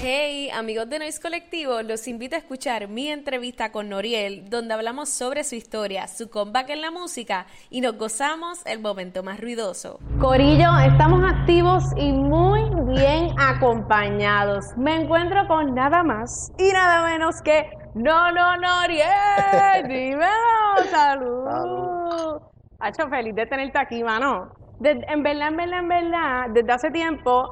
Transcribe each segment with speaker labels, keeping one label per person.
Speaker 1: Hey, amigos de Noise Colectivo, los invito a escuchar mi entrevista con Noriel, donde hablamos sobre su historia, su comeback en la música y nos gozamos el momento más ruidoso.
Speaker 2: Corillo, estamos activos y muy bien acompañados. Me encuentro con nada más y nada menos que No, no, Noriel. Dímelo, salud. Hacho, feliz de tenerte aquí, mano. Desde- en verdad, en verdad, en verdad, desde hace tiempo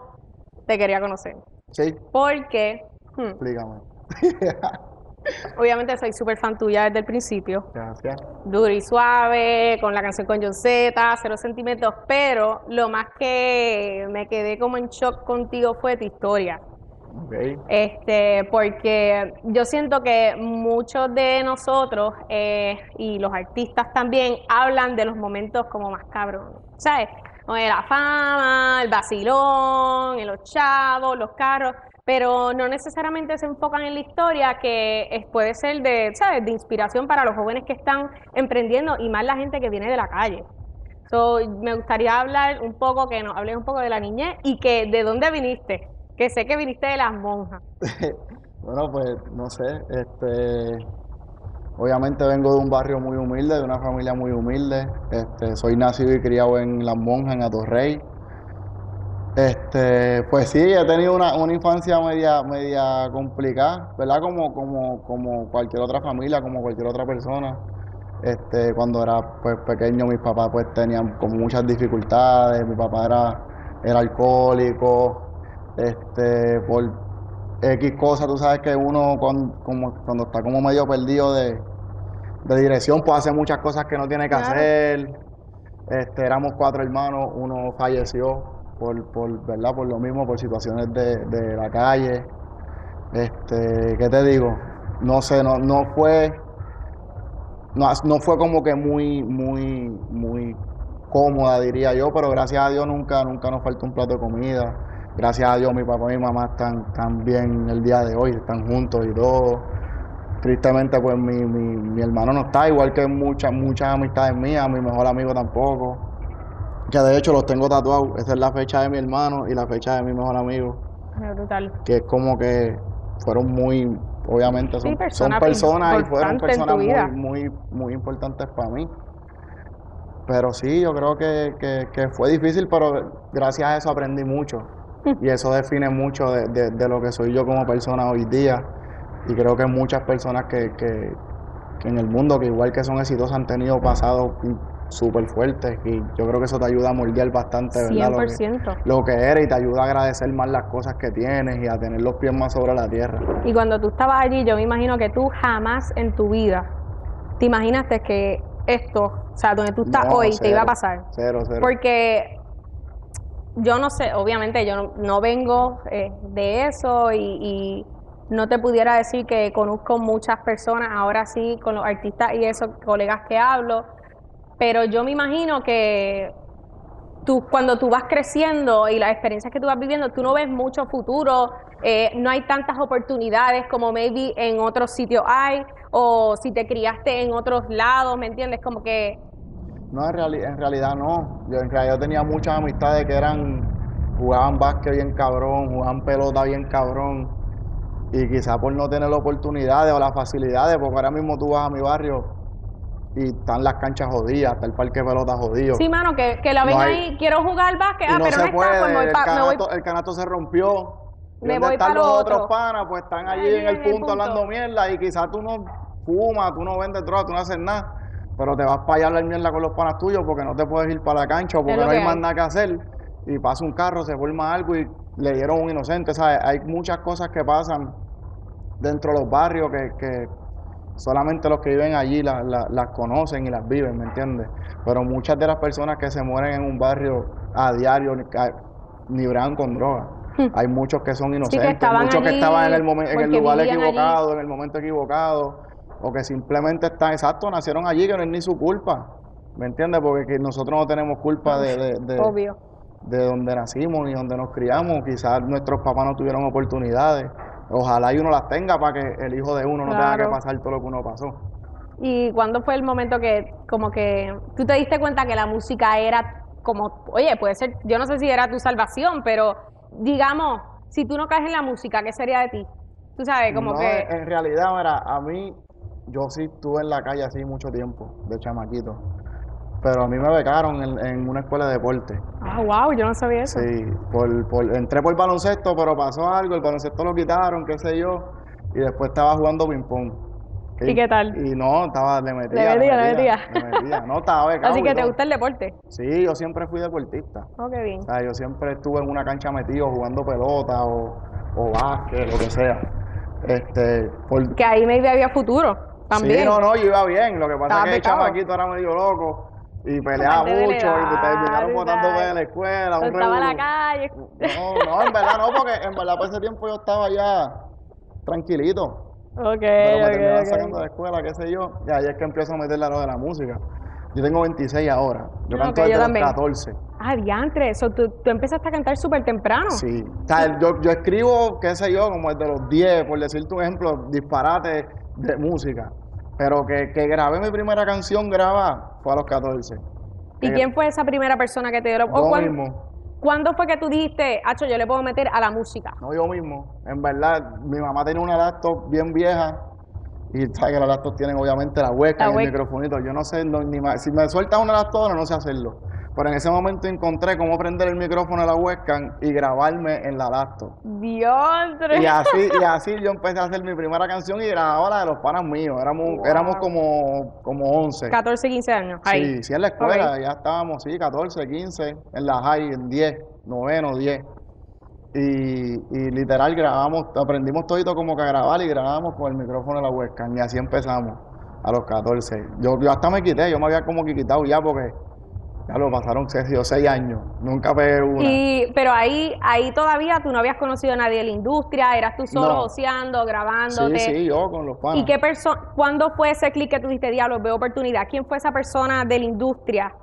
Speaker 2: te quería conocer.
Speaker 3: Sí,
Speaker 2: Porque, hmm,
Speaker 3: explícame.
Speaker 2: obviamente, soy súper fan tuya desde el principio.
Speaker 3: Gracias.
Speaker 2: duro y suave, con la canción con John Z, cero sentimientos, pero lo más que me quedé como en shock contigo fue tu historia.
Speaker 3: Ok.
Speaker 2: Este, porque yo siento que muchos de nosotros eh, y los artistas también hablan de los momentos como más cabrones, ¿sabes? O de la fama, el vacilón, en los chavos, los carros, pero no necesariamente se enfocan en la historia que es- puede ser de, ¿sabes? De inspiración para los jóvenes que están emprendiendo y más la gente que viene de la calle. So, me gustaría hablar un poco, que nos hables un poco de la niñez y que de dónde viniste, que sé que viniste de las monjas.
Speaker 3: Bueno, pues no sé, este, obviamente vengo de un barrio muy humilde, de una familia muy humilde. Este, soy nacido y criado en Las Monjas, en Atorrey. Este, pues sí, he tenido una, una infancia media, media complicada, ¿verdad? Como, como, como cualquier otra familia, como cualquier otra persona. Este, cuando era pues pequeño, mis papás pues tenían como muchas dificultades. Mi papá era, era alcohólico, este, por X cosas, tú sabes que uno cuando, como, cuando está como medio perdido de, de dirección, pues hace muchas cosas que no tiene que
Speaker 2: Claro.
Speaker 3: hacer. Este, éramos cuatro hermanos, uno falleció por, por, ¿verdad? por lo mismo, por situaciones de, de la calle. Este, ¿qué te digo? No sé, no, no fue, no, as- no fue como que muy, muy, muy cómoda, diría yo, pero gracias a Dios nunca, nunca nos faltó un plato de comida. Gracias a Dios mi papá y mi mamá están, están bien el día de hoy, están juntos y todo. Tristemente, pues mi, mi, mi hermano no está, igual que muchas, muchas amistades mías, mi mejor amigo tampoco. Que de hecho los tengo tatuados. Esa es la fecha de mi hermano y la fecha de mi mejor amigo
Speaker 2: Qué brutal.
Speaker 3: que es como que fueron muy, obviamente
Speaker 2: Sí,
Speaker 3: son, son
Speaker 2: personas
Speaker 3: personas y fueron
Speaker 2: importantes en tu
Speaker 3: personas
Speaker 2: vida.
Speaker 3: muy, muy, muy importantes para mí. Pero sí, yo creo que, que- que fue difícil, pero gracias a eso aprendí mucho. Y eso define mucho de, de- de lo que soy yo como persona hoy día. Y creo que muchas personas que, que- que en el mundo, que igual que son exitosas, han tenido pasados súper fuertes. Y yo creo que eso te ayuda a moldear bastante, ¿verdad? Lo que-
Speaker 2: 100%.
Speaker 3: lo que eres y te ayuda a agradecer más las cosas que tienes y a tener los pies más sobre la tierra.
Speaker 2: Y cuando tú estabas allí, yo me imagino que tú jamás en tu vida te imaginaste que esto, o sea, donde tú estás
Speaker 3: No,
Speaker 2: hoy, te
Speaker 3: cero,
Speaker 2: iba a pasar.
Speaker 3: Cero, cero.
Speaker 2: Porque yo no sé, obviamente yo no, no vengo eh, de eso y, y no te pudiera decir que conozco muchas personas, ahora sí, con los artistas y esos colegas que hablo, pero yo me imagino que tú, cuando tú vas creciendo y las experiencias que tú vas viviendo, tú no ves mucho futuro, eh, no hay tantas oportunidades como maybe en otros sitios hay, o si te criaste en otros lados, ¿me entiendes? Como que...
Speaker 3: No, en, reali- en realidad no. Yo en realidad tenía muchas amistades que eran, jugaban básquet bien cabrón, jugaban pelota bien cabrón. Y quizá por no tener las oportunidades o las facilidades, porque ahora mismo tú vas a mi barrio y están las canchas jodidas, está el parque de pelota jodido.
Speaker 2: Sí, mano, que, que la ven
Speaker 3: No hay-
Speaker 2: ahí, quiero jugar básquet,
Speaker 3: y
Speaker 2: ah,
Speaker 3: no
Speaker 2: pero
Speaker 3: se
Speaker 2: no está, pues me
Speaker 3: puede,
Speaker 2: voy
Speaker 3: el,
Speaker 2: pa- me voy-
Speaker 3: canato, el canato se rompió. ¿Y
Speaker 2: Me
Speaker 3: dónde
Speaker 2: voy
Speaker 3: están
Speaker 2: pa' lo
Speaker 3: los
Speaker 2: otro.
Speaker 3: otros panas? Pues están allí en el punto hablando mierda y quizás tú no fumas, tú no vendes droga, tú no haces nada, pero te vas para allá a hablar mierda con los panas tuyos porque no te puedes ir para la cancha o porque
Speaker 2: lo
Speaker 3: no
Speaker 2: que
Speaker 3: hay más
Speaker 2: hay.
Speaker 3: nada que hacer. Y pasa un carro, se forma algo y le dieron un inocente, ¿sabes? Hay muchas cosas que pasan dentro de los barrios que, que solamente los que viven allí la- la- las conocen y las viven, ¿me entiendes? Pero muchas de las personas que se mueren en un barrio a diario ni, a- ni bregan con droga. Hay muchos que son
Speaker 2: Hmm. que
Speaker 3: inocentes,
Speaker 2: estaban
Speaker 3: muchos que
Speaker 2: allí
Speaker 3: estaban en el, momen- en el
Speaker 2: porque
Speaker 3: lugar
Speaker 2: vivían allí.
Speaker 3: equivocado, en el momento equivocado, o que simplemente están, exacto, nacieron allí, que no es ni su culpa, ¿me entiendes? Porque que nosotros no tenemos culpa de- de- de,
Speaker 2: obvio.
Speaker 3: de donde nacimos y donde nos criamos. Quizás nuestros papás no tuvieron oportunidades. Ojalá y uno las tenga para que el hijo de uno no tenga
Speaker 2: Claro.
Speaker 3: que pasar todo lo que uno pasó.
Speaker 2: ¿Y cuándo fue el momento que, como que, tú te diste cuenta que la música era como, oye, puede ser, yo no sé si era tu salvación, pero digamos, si tú no caes en la música, ¿qué sería de ti? Tú sabes, como
Speaker 3: No, eh,
Speaker 2: que...
Speaker 3: En realidad, mira, a mí, yo sí estuve en la calle así mucho tiempo, de chamaquito. Pero a mí me becaron en, en una escuela de deporte.
Speaker 2: Ah, wow, yo no sabía eso.
Speaker 3: Sí, por, por, entré por baloncesto, pero pasó algo, el baloncesto lo quitaron, qué sé yo, y después estaba jugando ping-pong.
Speaker 2: ¿Y qué tal?
Speaker 3: Y no, estaba, le metía.
Speaker 2: Le metía, le
Speaker 3: Le
Speaker 2: metía.
Speaker 3: metía, no estaba becado
Speaker 2: Así
Speaker 3: y
Speaker 2: que te
Speaker 3: todo.
Speaker 2: gusta el deporte.
Speaker 3: Sí, yo siempre fui deportista.
Speaker 2: Oh, qué bien.
Speaker 3: O sea, yo siempre estuve en una cancha metido jugando pelota o, o básquet, lo que sea. Este, por,
Speaker 2: Que ahí maybe había futuro también.
Speaker 3: Sí, no, no, yo iba bien. Lo que
Speaker 2: Estabas
Speaker 3: pasa es que el
Speaker 2: becado.
Speaker 3: chamaquito era medio loco y peleaba
Speaker 2: Aparte de
Speaker 3: mucho y
Speaker 2: legal,
Speaker 3: terminaron botándome
Speaker 2: ¿sabes?
Speaker 3: de la escuela. Un
Speaker 2: Estaba en la
Speaker 3: revolú.
Speaker 2: calle.
Speaker 3: No, no, en verdad no, porque en verdad para ese tiempo yo estaba ya tranquilito.
Speaker 2: Ok,
Speaker 3: Pero me terminaron
Speaker 2: ok,
Speaker 3: sacando
Speaker 2: ok.
Speaker 3: de la escuela, qué sé yo. Y ahí es que empiezo a meterle a lo de la música. Yo tengo 26 ahora. Yo
Speaker 2: Ah,
Speaker 3: canto
Speaker 2: ok, yo
Speaker 3: desde los
Speaker 2: también.
Speaker 3: 14.
Speaker 2: Ah, diantre, eso tú, tú empezaste a cantar súper temprano.
Speaker 3: Sí. O sea, yo, yo escribo, qué sé yo, como desde los 10, por decirte un ejemplo, disparate de música. Pero que, que grabé mi primera canción grabada fue a los 14.
Speaker 2: ¿Y quién fue esa primera persona que te dio la- o
Speaker 3: Yo
Speaker 2: cuán-
Speaker 3: mismo.
Speaker 2: ¿Cuándo fue que tú dijiste, Hacho, yo le puedo meter a la música?
Speaker 3: No, yo mismo. En verdad, mi mamá tenía una laptop bien vieja. Y sabes que las laptops tienen obviamente la hueca
Speaker 2: La
Speaker 3: y el
Speaker 2: hueca.
Speaker 3: microfonito. Yo no sé, no- ni ma- si me suelta una laptop ahora, no sé hacerlo. Pero en ese momento encontré cómo prender el micrófono a la webcam y grabarme en la laptop.
Speaker 2: Diantre.
Speaker 3: Y así, y así yo empecé a hacer mi primera canción y grababa la de los panas míos. Éramos, éramos como, como 11.
Speaker 2: 14, 15 años. Ahí.
Speaker 3: Sí, sí, en la escuela ya estábamos, sí, 14, 15, en la high, en 10, noveno, 10. Y, y literal grabamos, aprendimos todito como que a grabar y grabamos con el micrófono de la webcam. Y así empezamos a los 14. Yo, yo hasta me quité, yo me había como que quitado ya porque ya lo pasaron 6 o 6 años. Nunca pegué una.
Speaker 2: Y, pero ahí, ahí todavía tú no habías conocido a nadie de la industria, eras tú solo
Speaker 3: No.
Speaker 2: voceando,
Speaker 3: sí,
Speaker 2: grabándote.
Speaker 3: sí, yo con los panas.
Speaker 2: ¿Y qué persona, cuándo fue ese clic que tú diste, diablo, veo oportunidad? ¿Quién fue esa persona de la industria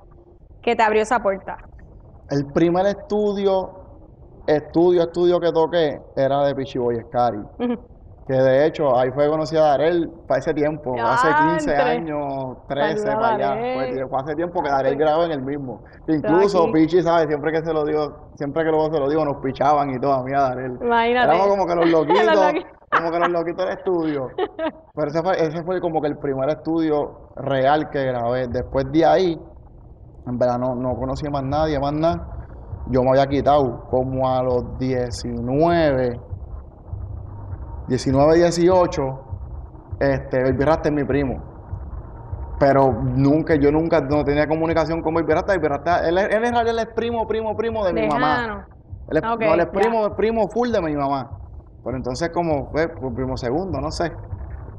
Speaker 2: que te abrió esa puerta?
Speaker 3: El primer estudio, estudio, estudio que toqué era de Pichiboy Escari. Que de hecho ahí fue conocida Darel para ese tiempo, hace 15
Speaker 2: Diantre.
Speaker 3: años, 13
Speaker 2: Saluda
Speaker 3: para allá.
Speaker 2: Darel.
Speaker 3: Fue, fue hace tiempo que Darel grabó en el mismo. Incluso
Speaker 2: aquí.
Speaker 3: Pichi, ¿sabes? Siempre que se lo digo, siempre que luego se lo digo, nos pichaban y todo a mí a Darel.
Speaker 2: Imagínate.
Speaker 3: Éramos como que los loquitos,
Speaker 2: Los loquitos.
Speaker 3: como que los loquitos del estudio. Pero ese fue, ese fue como que el primer estudio real que grabé. Después de ahí, en verdad no, no conocí más nadie, más nada. Yo me había quitado como a los 19, 19, 18. Este, el Birrasta es mi primo. Pero nunca, yo nunca no tenía comunicación con el Birrasta. El Birrasta, él, es- él en realidad es primo, primo, primo de mi mamá.
Speaker 2: Lejano.
Speaker 3: Él es,
Speaker 2: Ok,
Speaker 3: no, él es
Speaker 2: ya.
Speaker 3: primo, es primo full de mi mamá. Pero entonces como fue por primo segundo, no sé.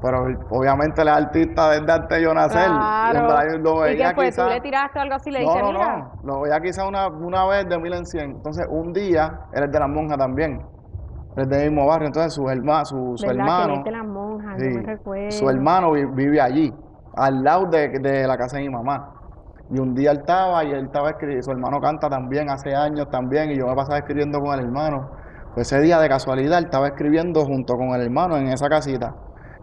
Speaker 3: Pero él- obviamente él es artista desde antes de yo nacer. Y en
Speaker 2: Claro.
Speaker 3: verdad yo lo
Speaker 2: ¿Y qué
Speaker 3: veía
Speaker 2: fue? ¿Tú
Speaker 3: quizá-
Speaker 2: le tiraste algo así y le
Speaker 3: no,
Speaker 2: dijiste,
Speaker 3: no,
Speaker 2: mira?
Speaker 3: no. Lo veía quizá una, una vez de mil en cien. Entonces, un día, él es de las monjas también. Él es del mismo barrio. Entonces, su, herma, su, su
Speaker 2: ¿Verdad? Que
Speaker 3: hermano.
Speaker 2: eres de las monjas,
Speaker 3: Sí.
Speaker 2: yo Ah, me recuerdo.
Speaker 3: Su hermano vi- vive allí, al lado de, de la casa de mi mamá. Y un día él estaba y él estaba escribiendo, su hermano canta también, hace años también, y yo me pasaba escribiendo con el hermano. Pues ese día de casualidad él estaba escribiendo junto con el hermano en esa casita.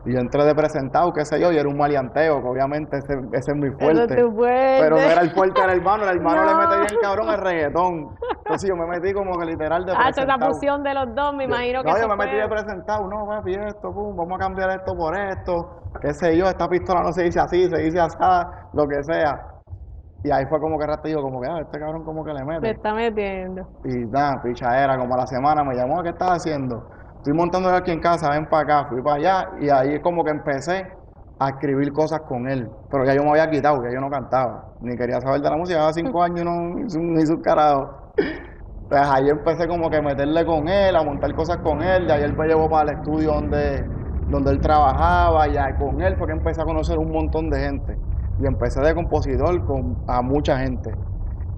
Speaker 3: Y yo entré de presentado, qué sé yo, y era un maleanteo, que obviamente ese, ese es muy fuerte.
Speaker 2: tu fuerte.
Speaker 3: Pero no era el fuerte del hermano, el hermano le
Speaker 2: No.
Speaker 3: mete bien cabrón el reggaetón. Entonces yo me metí como que literal de
Speaker 2: Ah, esa
Speaker 3: presentado.
Speaker 2: fusión de los dos, me imagino que
Speaker 3: No,
Speaker 2: eso
Speaker 3: yo me metí
Speaker 2: fue-
Speaker 3: de presentado, no, papi, esto, pum, vamos a cambiar esto por esto, qué sé yo, esta pistola no se dice así, se dice asada, lo que sea. Y ahí fue como que rato digo, como que, ah, este cabrón como que le
Speaker 2: Me
Speaker 3: mete.
Speaker 2: está metiendo.
Speaker 3: Y nada, pichadera, como a la semana me llamó, ¿qué estás haciendo? Estoy montando aquí en casa, ven para acá, fui para allá, y ahí es como que empecé a escribir cosas con él. Pero ya yo me había quitado, ya yo no cantaba, ni quería saber de la música, llevaba cinco años y no hice un- ni un carajo. Pues ahí empecé como que a meterle con él, a montar cosas con él, de ahí él me llevó para el estudio donde, donde él trabajaba, y ahí con él fue que empecé a conocer un montón de gente. Y empecé de compositor con, a mucha gente.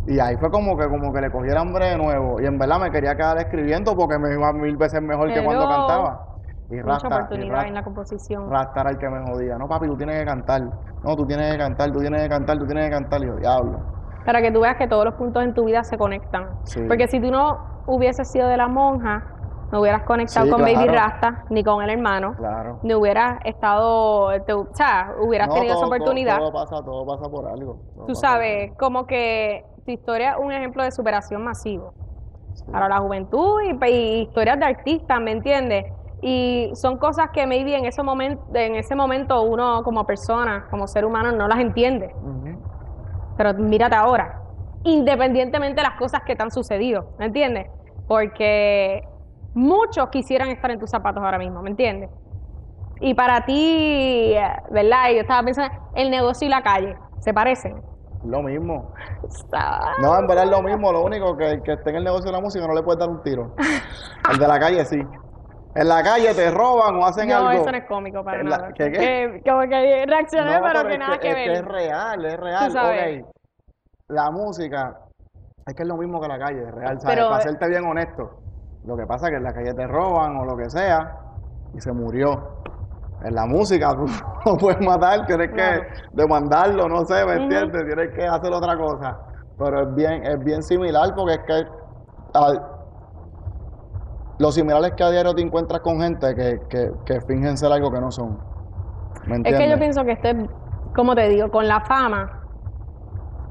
Speaker 3: Y ahí fue como que como que le cogí el hambre de nuevo. Y en verdad me quería quedar escribiendo porque me iba mil veces mejor que cuando
Speaker 2: Pero-
Speaker 3: cantaba. Y
Speaker 2: Mucha
Speaker 3: Rasta, y
Speaker 2: oportunidad
Speaker 3: Rasta,
Speaker 2: en la composición.
Speaker 3: Rasta era el que me jodía. No, papi, tú tienes que cantar. No, tú tienes que cantar, tú tienes que cantar, tú tienes que cantar. Y yo, diablo.
Speaker 2: Para que tú veas que todos los puntos en tu vida se conectan.
Speaker 3: Sí.
Speaker 2: Porque si tú no hubieses sido de la monja, no hubieras conectado
Speaker 3: Sí,
Speaker 2: con Baby
Speaker 3: claro.
Speaker 2: Rasta ni con el hermano.
Speaker 3: Claro.
Speaker 2: No hubieras estado, te- o sea, hubieras
Speaker 3: No,
Speaker 2: tenido
Speaker 3: todo-
Speaker 2: esa
Speaker 3: todo-
Speaker 2: oportunidad.
Speaker 3: Todo, pasa, todo pasa por algo.
Speaker 2: tú
Speaker 3: Todo pasa por
Speaker 2: sabes, como que tu historia es un ejemplo de superación masivo. para la juventud y, pe- y historias de artistas, ¿me entiendes? Y son cosas que maybe en ese momento, en ese momento uno como persona, como ser humano, no las entiende.
Speaker 3: Ujú.
Speaker 2: Pero mírate ahora, independientemente de las cosas que te han sucedido, ¿me entiendes? Porque muchos quisieran estar en tus zapatos ahora mismo, ¿me entiendes? Y para ti, eh, ¿verdad? Yo estaba pensando, el negocio y la calle, ¿se parecen?
Speaker 3: Lo mismo.
Speaker 2: Está-
Speaker 3: No, en verdad es lo mismo. Lo único que el que esté en el negocio de la música no le puede dar un tiro. El de la calle sí. En la calle te roban o hacen
Speaker 2: No,
Speaker 3: algo.
Speaker 2: eso no es cómico para
Speaker 3: En la-
Speaker 2: nada.
Speaker 3: ¿qué, qué?
Speaker 2: Que- como que reaccioné,
Speaker 3: No,
Speaker 2: pero
Speaker 3: pero
Speaker 2: que
Speaker 3: es
Speaker 2: nada que,
Speaker 3: es
Speaker 2: ver.
Speaker 3: Es real, es real.
Speaker 2: sabes.
Speaker 3: Ok. La música es que es lo mismo que la calle, es real. ¿sabes?
Speaker 2: Pero- eh
Speaker 3: Para serte bien honesto, lo que pasa es que en la calle te roban o lo que sea y se murió. En la música tú no puedes matar, tienes
Speaker 2: Claro.
Speaker 3: que demandarlo, no sé, ¿me
Speaker 2: Ujú.
Speaker 3: entiendes? Tienes que hacer otra cosa. Pero es bien, es bien similar porque es que al- lo similar es que a diario te encuentras con gente que, que, que fingen ser algo que no son. ¿Me
Speaker 2: Es que yo
Speaker 3: entiendes?
Speaker 2: pienso que este, como te digo, con la fama,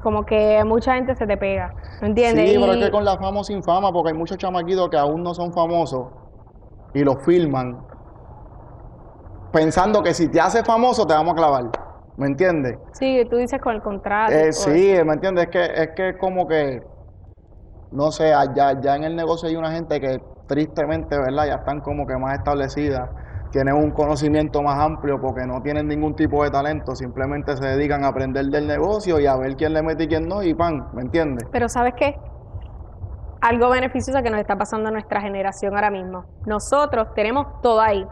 Speaker 2: como que mucha gente se te pega, ¿me entiendes?
Speaker 3: Sí, pero
Speaker 2: Y-
Speaker 3: es que con la fama o sin fama, porque hay muchos chamaquitos que aún no son famosos y los filman pensando que si te haces famoso te vamos a clavar. ¿Me entiendes?
Speaker 2: Sí, tú dices con el contrato. y
Speaker 3: Eh,
Speaker 2: todo
Speaker 3: sí, ¿me entiendes? Es que, es que como que, no sé, allá, ya en el negocio hay una gente que tristemente, ¿verdad? Ya están como que más establecidas, tienen un conocimiento más amplio porque no tienen ningún tipo de talento, simplemente se dedican a aprender del negocio y a ver quién le mete y quién no y pan, ¿me entiendes?
Speaker 2: Pero ¿sabes qué? Algo beneficioso que nos está pasando a nuestra generación ahora mismo. Nosotros tenemos todo ahí.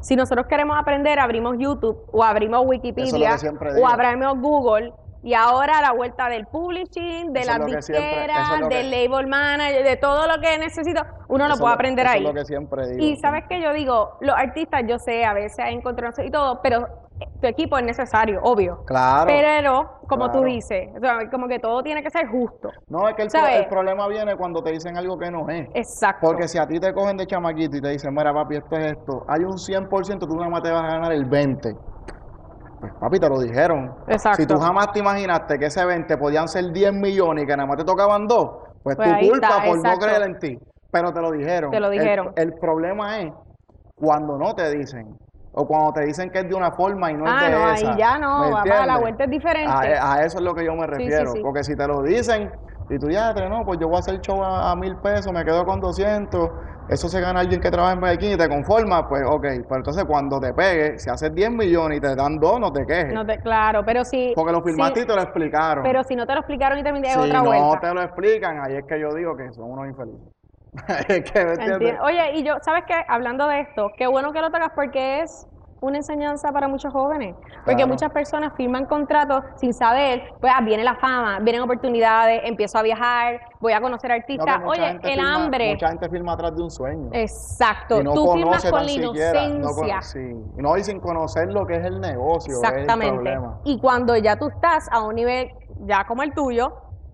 Speaker 2: Si nosotros queremos aprender, abrimos YouTube o abrimos Wikipedia
Speaker 3: siempre
Speaker 2: o
Speaker 3: digo.
Speaker 2: abrimos Google. Y ahora a la vuelta del publishing, de
Speaker 3: Eso
Speaker 2: las
Speaker 3: es lo que siempre-
Speaker 2: disqueras,
Speaker 3: eso es lo que-
Speaker 2: del label manager, de todo lo que necesito, uno lo
Speaker 3: Eso
Speaker 2: puede
Speaker 3: es
Speaker 2: aprender
Speaker 3: eso
Speaker 2: ahí.
Speaker 3: Es lo que siempre digo.
Speaker 2: Y sabes que yo digo, los artistas, yo sé, a veces hay encontronazos y todo, pero eh, tu equipo es necesario, obvio.
Speaker 3: Claro.
Speaker 2: Pero, como tú
Speaker 3: Claro.
Speaker 2: dices, o sea, como que todo tiene que ser justo.
Speaker 3: no, es que el, pro-
Speaker 2: ¿sabes?
Speaker 3: el problema viene cuando te dicen algo que no es.
Speaker 2: Exacto.
Speaker 3: Porque si a ti te cogen de chamaquito y te dicen, mira papi, esto es esto, hay un 100%, tú nada más te vas a ganar el 20%. Pues papi, te lo dijeron.
Speaker 2: Exacto.
Speaker 3: Si tú jamás te imaginaste que ese 20 podían ser 10 millones y que nada más te tocaban dos, pues,
Speaker 2: Pues ahí
Speaker 3: tu culpa
Speaker 2: está,
Speaker 3: por
Speaker 2: exacto.
Speaker 3: no creer en ti. Pero te lo dijeron.
Speaker 2: Te lo
Speaker 3: El-
Speaker 2: dijeron.
Speaker 3: El, problema es cuando no te dicen. O cuando te dicen que es de una forma y no
Speaker 2: ah,
Speaker 3: es de
Speaker 2: no, ahí
Speaker 3: esa.
Speaker 2: ya no,
Speaker 3: ¿me
Speaker 2: va para la
Speaker 3: entiendes?
Speaker 2: vuelta es diferente.
Speaker 3: A, a eso es lo que yo me refiero.
Speaker 2: sí.
Speaker 3: Porque si te lo dicen y tú ya, "Tre, no, pues yo voy a hacer show a, a mil pesos, me quedo con 200, eso se gana alguien que trabaja en Medellín y te conforma, pues ok. Pero entonces cuando te pegue, si haces 10 millones y te dan dos, no te quejes.
Speaker 2: No te- claro, pero si.
Speaker 3: porque lo firmaste
Speaker 2: si-
Speaker 3: y te lo explicaron.
Speaker 2: Pero si no te lo explicaron y te es
Speaker 3: si
Speaker 2: otra
Speaker 3: no
Speaker 2: vuelta.
Speaker 3: te lo explican, ahí es que yo digo que son unos infelices. es que, ¿me entiendes?
Speaker 2: Entiendo. Oye, y yo, ¿sabes qué? Hablando de esto, qué bueno que lo tocas porque es una enseñanza para muchos jóvenes. Porque
Speaker 3: Claro.
Speaker 2: muchas personas firman contratos sin saber, pues ah, viene la fama, vienen oportunidades, empiezo a viajar, voy a conocer
Speaker 3: No, que
Speaker 2: artistas.
Speaker 3: mucha
Speaker 2: Oye, el
Speaker 3: gente firma-
Speaker 2: hambre.
Speaker 3: Mucha gente firma atrás de un sueño.
Speaker 2: Exacto.
Speaker 3: y no
Speaker 2: Tú firmas
Speaker 3: conoce
Speaker 2: con
Speaker 3: tan
Speaker 2: la
Speaker 3: siquiera, no con-
Speaker 2: inocencia.
Speaker 3: sí. Y no, y sin conocer lo que es el negocio, es el
Speaker 2: Exactamente.
Speaker 3: problema.
Speaker 2: Y cuando ya tú estás a un nivel ya como el tuyo,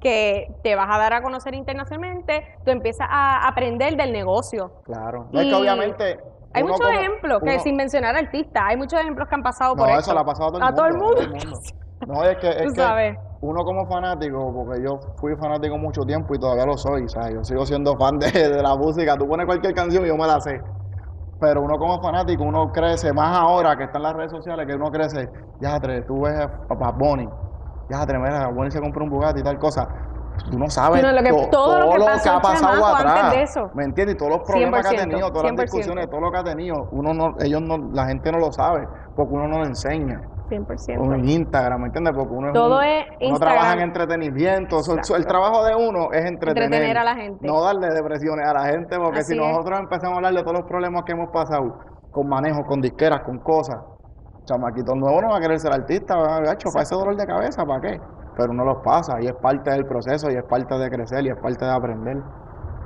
Speaker 2: que te vas a dar a conocer internacionalmente, tú empiezas a aprender del negocio.
Speaker 3: Claro. No es
Speaker 2: Y
Speaker 3: que obviamente.
Speaker 2: Hay
Speaker 3: uno
Speaker 2: muchos
Speaker 3: como-
Speaker 2: ejemplos, que
Speaker 3: uno-
Speaker 2: sin mencionar artistas, hay muchos ejemplos que han pasado
Speaker 3: No,
Speaker 2: por
Speaker 3: eso
Speaker 2: esto.
Speaker 3: le ha pasado a todo el
Speaker 2: A todo el
Speaker 3: mundo.
Speaker 2: mundo.
Speaker 3: No, es que, es
Speaker 2: Tú
Speaker 3: que
Speaker 2: sabes.
Speaker 3: uno como fanático, porque yo fui fanático mucho tiempo y todavía lo soy, ¿sabes? Yo sigo siendo fan de, de la música. Tú pones cualquier canción y yo me la sé. Pero uno como fanático, uno crece más ahora que están las redes sociales, que uno crece. Ya, tre, tú ves a Bad Bunny. Ya, tre, mira, Bad Bunny se compró un Bugatti y tal cosa. Tú no sabes
Speaker 2: Tú no, lo que-
Speaker 3: to-
Speaker 2: todo lo que pasó
Speaker 3: ha
Speaker 2: el
Speaker 3: pasado
Speaker 2: chamaco antes
Speaker 3: atrás.
Speaker 2: de eso.
Speaker 3: ¿Me entiendes? Y todos los problemas que ha
Speaker 2: 100%,
Speaker 3: tenido, todas las
Speaker 2: 100%.
Speaker 3: discusiones, todo lo que ha tenido, uno no, ellos no, la gente no lo sabe, porque uno no lo enseña.
Speaker 2: 100%.
Speaker 3: O en Instagram, ¿me entiendes? Porque uno es
Speaker 2: Todo
Speaker 3: un-
Speaker 2: es
Speaker 3: uno trabaja
Speaker 2: Instagram.
Speaker 3: en entretenimiento. so- so- el
Speaker 2: Exacto.
Speaker 3: trabajo de uno es entretener,
Speaker 2: Entretener a la gente.
Speaker 3: No darle depresiones a la gente, porque
Speaker 2: Así
Speaker 3: si
Speaker 2: es.
Speaker 3: nosotros empezamos a hablar de todos los problemas que hemos pasado, con manejo, con disqueras, con cosas, chamaquitos nuevos no va a querer ser artista, va a gacho, para ese dolor de cabeza, ¿para qué? Pero uno los pasa y es parte del proceso y es parte de crecer y es parte de aprender.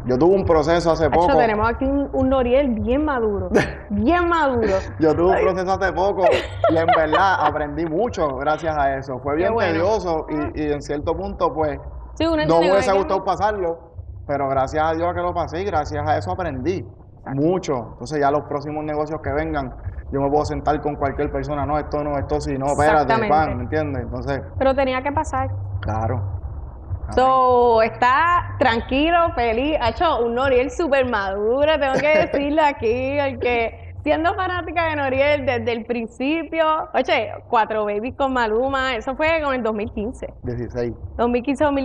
Speaker 3: Yo tuve un proceso hace
Speaker 2: Hacho,
Speaker 3: poco.
Speaker 2: tenemos aquí un, un Noriel bien maduro. Bien maduro.
Speaker 3: Yo tuve un proceso hace poco y en verdad aprendí mucho gracias a eso. Fue bien
Speaker 2: bueno.
Speaker 3: tedioso y, y en cierto punto, pues,
Speaker 2: Sí, uno
Speaker 3: no
Speaker 2: entiende que
Speaker 3: me hubiese
Speaker 2: hay que-
Speaker 3: gustado pasarlo, pero gracias a Dios que lo pasé y gracias a eso aprendí mucho. Entonces ya los próximos negocios que vengan, yo me puedo sentar con cualquier persona, no, esto no, esto sí, no, espérate,
Speaker 2: Exactamente.
Speaker 3: pan, ¿me entiendes? Entonces,
Speaker 2: Pero tenía que pasar.
Speaker 3: claro,
Speaker 2: So, está tranquilo, feliz. Ha hecho un Noriel súper maduro, tengo que decirle aquí, el que siendo fanática de Noriel desde el principio, oye, cuatro babies con Maluma, eso fue con el 2015.
Speaker 3: 16.
Speaker 2: 2015-2016,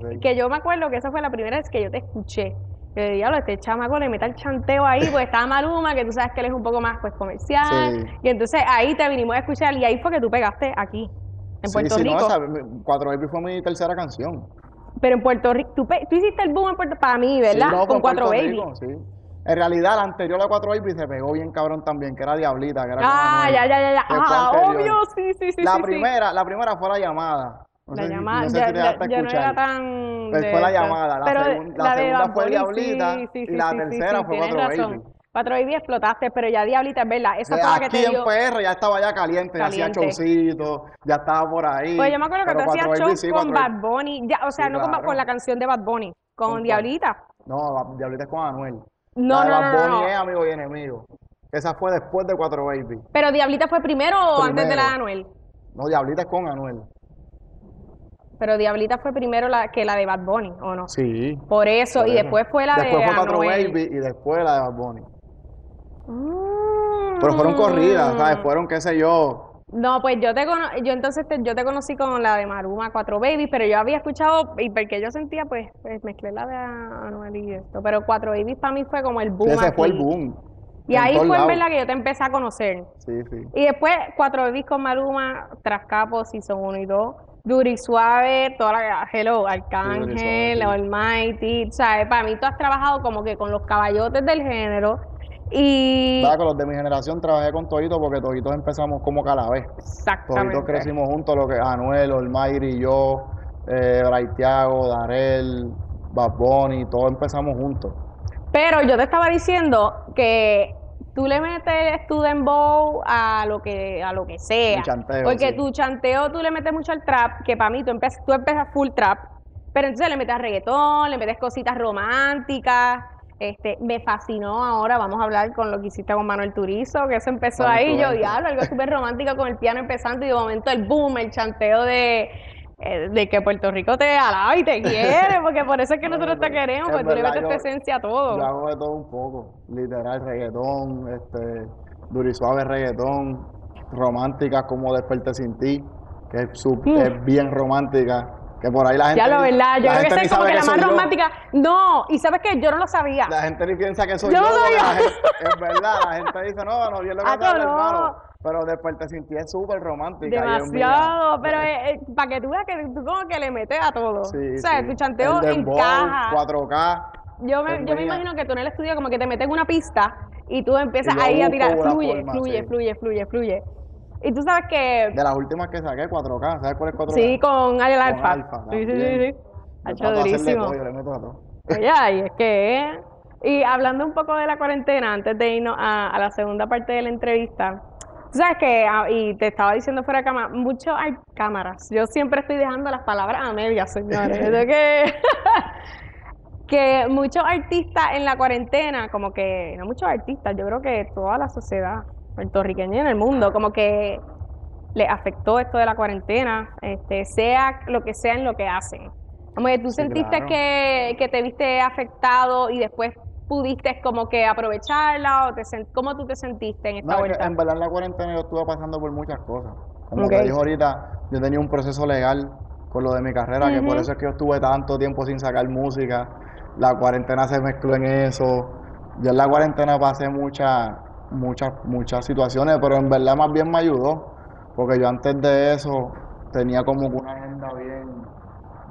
Speaker 3: 16.
Speaker 2: que yo me acuerdo que esa fue la primera vez que yo te escuché. Yo dije, diablo, este chamaco le mete el chanteo ahí, pues estaba Maluma, que tú sabes que él es un poco más pues comercial.
Speaker 3: Sí.
Speaker 2: Y entonces ahí te vinimos a escuchar y ahí fue que tú pegaste aquí, en
Speaker 3: Sí,
Speaker 2: Puerto
Speaker 3: sí, no,
Speaker 2: Rico.
Speaker 3: esa- mi- Cuatro Baby fue mi tercera canción.
Speaker 2: Pero en Puerto Rico, tú, pe- tú hiciste el boom en Puerto para mí,
Speaker 3: Sí,
Speaker 2: ¿verdad?
Speaker 3: no,
Speaker 2: Con
Speaker 3: fue
Speaker 2: cuatro
Speaker 3: Puerto
Speaker 2: babies.
Speaker 3: Rico, sí. En realidad, la anterior a Cuatro Baby se pegó bien cabrón también, que era Diablita, que era con
Speaker 2: Ah,
Speaker 3: Anuel,
Speaker 2: ya, ya, ya, ya.
Speaker 3: que fue
Speaker 2: Ah,
Speaker 3: anterior.
Speaker 2: obvio, sí, sí, sí.
Speaker 3: La
Speaker 2: sí, sí.
Speaker 3: primera, la primera fue la llamada. No
Speaker 2: La
Speaker 3: sé si-
Speaker 2: llamada,
Speaker 3: no sé
Speaker 2: ya,
Speaker 3: si te
Speaker 2: ya-
Speaker 3: dejaste
Speaker 2: ya no era
Speaker 3: escuchar.
Speaker 2: tan.
Speaker 3: Pues
Speaker 2: de
Speaker 3: fue la
Speaker 2: esta.
Speaker 3: llamada, la
Speaker 2: Pero
Speaker 3: segun- la
Speaker 2: de
Speaker 3: segunda
Speaker 2: Bad
Speaker 3: fue
Speaker 2: Bunny,
Speaker 3: Diablita,
Speaker 2: sí, sí,
Speaker 3: y
Speaker 2: sí,
Speaker 3: la
Speaker 2: sí, sí,
Speaker 3: tercera
Speaker 2: sí,
Speaker 3: fue
Speaker 2: tienes
Speaker 3: Cuatro
Speaker 2: razón.
Speaker 3: Baby.
Speaker 2: Cuatro Baby explotaste, pero ya Diablita, es verdad. Esa
Speaker 3: De
Speaker 2: fue la que
Speaker 3: aquí
Speaker 2: te
Speaker 3: en
Speaker 2: dio.
Speaker 3: PR ya estaba ya caliente, ya hacía
Speaker 2: Caliente.
Speaker 3: showcito, ya estaba por ahí.
Speaker 2: Pues yo me acuerdo que
Speaker 3: Pero
Speaker 2: tú hacías
Speaker 3: Cuatro Baby
Speaker 2: shows
Speaker 3: sí,
Speaker 2: con
Speaker 3: Cuatro Baby-
Speaker 2: Bad Bunny. Ya, o sea,
Speaker 3: Sí,
Speaker 2: no con,
Speaker 3: claro.
Speaker 2: con la canción de Bad Bunny, con,
Speaker 3: Con
Speaker 2: Diablita.
Speaker 3: No, la- Diablita es con Anuel.
Speaker 2: No,
Speaker 3: La de
Speaker 2: no,
Speaker 3: Bad
Speaker 2: no,
Speaker 3: Bunny
Speaker 2: no.
Speaker 3: es amigo y enemigo. Esa fue después de Cuatro Baby.
Speaker 2: Pero Diablita fue primero o antes de la de Anuel.
Speaker 3: Primero. No, Diablita es con Anuel.
Speaker 2: Pero Diablita fue primero la, que la de Bad Bunny, ¿o no?
Speaker 3: Sí.
Speaker 2: Por eso,
Speaker 3: por
Speaker 2: y
Speaker 3: eso.
Speaker 2: después fue la
Speaker 3: Después
Speaker 2: de
Speaker 3: fue Cuatro
Speaker 2: Anuel.
Speaker 3: Baby y después la de Bad Bunny. Pero fueron corridas, ¿sabes?
Speaker 2: Mm.
Speaker 3: Fueron, qué sé yo.
Speaker 2: No, pues yo te cono- yo entonces te- yo te conocí con la de Maruma, Cuatro Babies, pero yo había escuchado, y porque yo sentía, pues, pues, mezclé la de Anuel y esto, pero Cuatro Babies para mí fue como el boom
Speaker 3: Ese fue el
Speaker 2: aquí.
Speaker 3: boom.
Speaker 2: Y
Speaker 3: en
Speaker 2: ahí
Speaker 3: todos
Speaker 2: fue en
Speaker 3: lados.
Speaker 2: verdad que yo te empecé a conocer.
Speaker 3: Sí, sí.
Speaker 2: Y después Cuatro Babies con Maluma, Trascapo, Season 1 y 2, Duri Suave, toda la, Hello, Arcángel,
Speaker 3: sí.
Speaker 2: Almighty, ¿sabes? Para mí tú has trabajado como que con los caballotes del género y...
Speaker 3: Nada, con los de mi generación trabajé con Torito porque Toritos empezamos como que a la vez. Toditos
Speaker 2: Exactamente.
Speaker 3: crecimos juntos, lo que Anuel, Olmairi, yo, eh, Braithiago, Darel, Bad Bunny, todos empezamos juntos.
Speaker 2: Pero yo te estaba diciendo que tú le metes tu dembow a lo que a lo que sea.
Speaker 3: Mi chanteo,
Speaker 2: porque
Speaker 3: sí.
Speaker 2: tu chanteo tú le metes mucho al trap, que para mí tú empiezas tú empiezas full trap, pero entonces le metes reggaetón, le metes cositas románticas. Este, me fascinó ahora, vamos a hablar con lo que hiciste con Manuel Turizo, que eso empezó
Speaker 3: Manuel
Speaker 2: ahí, yo
Speaker 3: Turizo.
Speaker 2: diablo, algo súper romántico con el piano empezando y de momento el boom, el chanteo de, eh, de que Puerto Rico te alaba y te quiere, porque por eso es que
Speaker 3: No,
Speaker 2: nosotros te
Speaker 3: pero
Speaker 2: queremos,
Speaker 3: en
Speaker 2: porque tú le
Speaker 3: verdad
Speaker 2: metes este tu
Speaker 3: yo-
Speaker 2: esencia a todo.
Speaker 3: Yo hago de todo un poco, literal, reggaetón, este, durisuave reggaetón, románticas como Desperté sin ti, que es, su-
Speaker 2: Mm.
Speaker 3: es bien romántica, que por ahí la gente
Speaker 2: Ya lo
Speaker 3: ni-
Speaker 2: verdad, yo
Speaker 3: la
Speaker 2: creo que
Speaker 3: gente
Speaker 2: soy
Speaker 3: ni
Speaker 2: como
Speaker 3: sabe
Speaker 2: que la
Speaker 3: soy
Speaker 2: más
Speaker 3: yo.
Speaker 2: romántica. No, y sabes que yo no lo sabía.
Speaker 3: La gente ni piensa que soy
Speaker 2: Yo
Speaker 3: yo,
Speaker 2: no soy
Speaker 3: porque
Speaker 2: yo.
Speaker 3: la gente- es verdad, la gente dice, no, no, yo le voy
Speaker 2: Ah,
Speaker 3: a dar
Speaker 2: no.
Speaker 3: hermano, pero Desperté sin ti es súper romántica. y es mía.
Speaker 2: Demasiado, pero eh, para que tú veas que tú como que le metes a todo.
Speaker 3: Sí,
Speaker 2: o sea,
Speaker 3: sí.
Speaker 2: tu chanteo
Speaker 3: El dembow,
Speaker 2: encaja.
Speaker 3: 4K.
Speaker 2: Yo me,
Speaker 3: es
Speaker 2: yo me
Speaker 3: mía.
Speaker 2: imagino que tú en el estudio como que te metes en una pista y tú empiezas
Speaker 3: Y yo
Speaker 2: ahí a
Speaker 3: busco
Speaker 2: tirar,
Speaker 3: la
Speaker 2: fluye,
Speaker 3: forma,
Speaker 2: fluye,
Speaker 3: sí.
Speaker 2: fluye, fluye, fluye. Y tú sabes que
Speaker 3: De las últimas que saqué, 4K. ¿Sabes cuál es 4K?
Speaker 2: sí con Ariel Alfa.
Speaker 3: Alfa
Speaker 2: sí, sí, sí,
Speaker 3: también.
Speaker 2: sí. Ha
Speaker 3: Yo
Speaker 2: hecho
Speaker 3: trato de hacerle
Speaker 2: durísimo.
Speaker 3: todo, yo le meto a todo.
Speaker 2: Ya, y es que. eh. Y hablando un poco de la cuarentena, antes de irnos a, a la segunda parte de la entrevista, tú sabes que, ah, y te estaba diciendo fuera de cámara, mucho hay cámaras. Yo siempre estoy dejando las palabras a medias, señores. Es que. que muchos artistas en la cuarentena, como que, no muchos artistas, yo creo que toda la sociedad puertorriqueña y en el mundo, como que les afectó esto de la cuarentena, este, sea lo que sea en lo que hacen. Como que tú
Speaker 3: Sí,
Speaker 2: sentiste
Speaker 3: claro.
Speaker 2: que, que te viste afectado y después pudiste como que aprovecharla o te sen- cómo tú te sentiste en esta
Speaker 3: No, es que
Speaker 2: vuelta.
Speaker 3: en verdad en la cuarentena yo estuve pasando por muchas cosas. Como
Speaker 2: Ok.
Speaker 3: te dije ahorita, yo tenía un proceso legal con lo de mi carrera, que por
Speaker 2: Ujú.
Speaker 3: eso es que yo estuve tanto tiempo sin sacar música. La cuarentena se mezcló en eso. Yo en la cuarentena pasé muchas, muchas, muchas situaciones, pero en verdad más bien me ayudó, porque yo antes de eso tenía como que una agenda bien,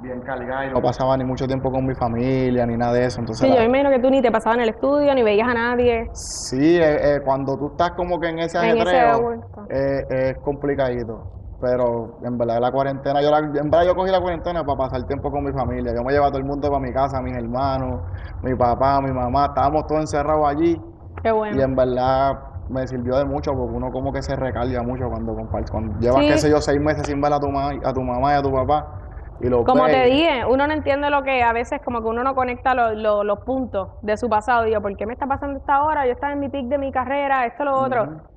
Speaker 3: bien cargada y no pasaba ni mucho tiempo con mi familia ni nada de eso. Entonces
Speaker 2: Sí, yo
Speaker 3: la-
Speaker 2: me imagino que tú ni te pasabas en el estudio, ni veías a nadie.
Speaker 3: Sí, eh, eh, cuando tú estás como que en ese
Speaker 2: En ese
Speaker 3: ajetreo,
Speaker 2: vuelta.
Speaker 3: eh, es complicadito. Pero en verdad la cuarentena, yo la- en verdad yo cogí la cuarentena para pasar tiempo con mi familia. Yo me llevaba a todo el mundo para mi casa, mis hermanos, mi papá, mi mamá. Estábamos todos encerrados allí
Speaker 2: Qué
Speaker 3: y
Speaker 2: bueno.
Speaker 3: en verdad me sirvió de mucho porque uno como que se recarga mucho cuando comparte. Cuando llevas,
Speaker 2: Sí.
Speaker 3: qué sé yo, seis meses sin ver a tu, ma- a tu mamá y a tu papá y los
Speaker 2: Como
Speaker 3: ves.
Speaker 2: te dije, uno no entiende lo que a veces como que uno no conecta lo- lo- los puntos de su pasado. Digo, ¿por qué me está pasando esta hora? Yo estaba en mi pic de mi carrera, esto, lo otro. Chacho,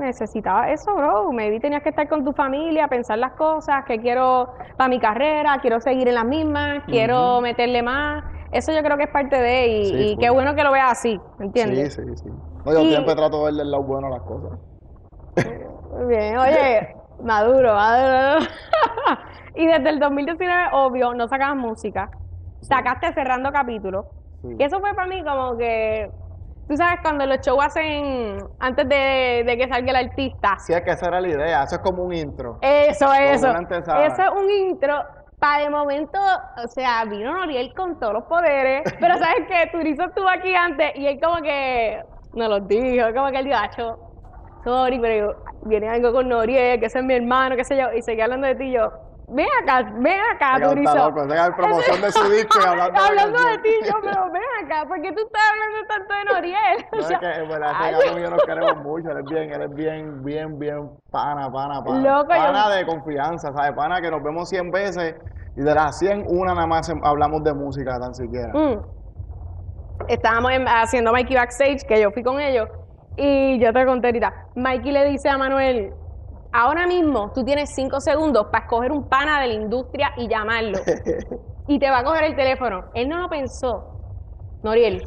Speaker 2: necesitaba eso, bro. Maybe tenías que estar con tu familia, pensar las cosas, que quiero para mi carrera, quiero seguir en las mismas, quiero meterle más. Eso yo creo que es parte de, y,
Speaker 3: Sí,
Speaker 2: y qué
Speaker 3: full.
Speaker 2: bueno que lo veas así, ¿entiendes?
Speaker 3: Sí, sí, sí. No, yo
Speaker 2: Y-
Speaker 3: siempre trato de verle el lado bueno a las cosas.
Speaker 2: Muy bien, oye, maduro, maduro. y desde el 2019, obvio, no sacabas música, sacaste cerrando capítulos.
Speaker 3: Sí.
Speaker 2: Y eso fue para mí como que, tú sabes, cuando los shows hacen antes de, de que salga el artista.
Speaker 3: Así es que esa era la idea, eso es como un intro.
Speaker 2: Eso, eso.
Speaker 3: una antesala.
Speaker 2: Eso es un intro. Para de momento, o sea, vino Noriel con todos los poderes. Pero sabes que Turizo estuvo aquí antes y él como que no los dijo, como que él dijo, "Acho, sorry, pero yo- viene algo con Noriel, que ese es mi hermano, qué sé yo, y seguía hablando de ti y yo. Ven acá, ven acá,
Speaker 3: Oiga, está
Speaker 2: Turizo.
Speaker 3: loco, esa es la promoción de su disco y hablando de la
Speaker 2: Hablando de
Speaker 3: canción.
Speaker 2: ti, yo, pero ven acá, ¿por qué tú estás hablando tanto de Noriel? O
Speaker 3: No, es
Speaker 2: sea,
Speaker 3: que en verdad ese
Speaker 2: ay,
Speaker 3: cabrón y yo nos queremos mucho, él es bien, él es bien, bien, bien pana, pana, pana.
Speaker 2: Loco, yo-
Speaker 3: pana de confianza, ¿sabes? Pana que nos vemos 100 veces y de las 100, una nada más em- hablamos de música tan siquiera.
Speaker 2: Mm. Estábamos en- haciendo Mikey backstage, que yo fui con ellos, y yo te conté ahorita. Mikey le dice a Manuel, ahora mismo tú tienes cinco segundos para escoger un pana de la industria y llamarlo. y te va a coger el teléfono. Él no lo pensó. Noriel.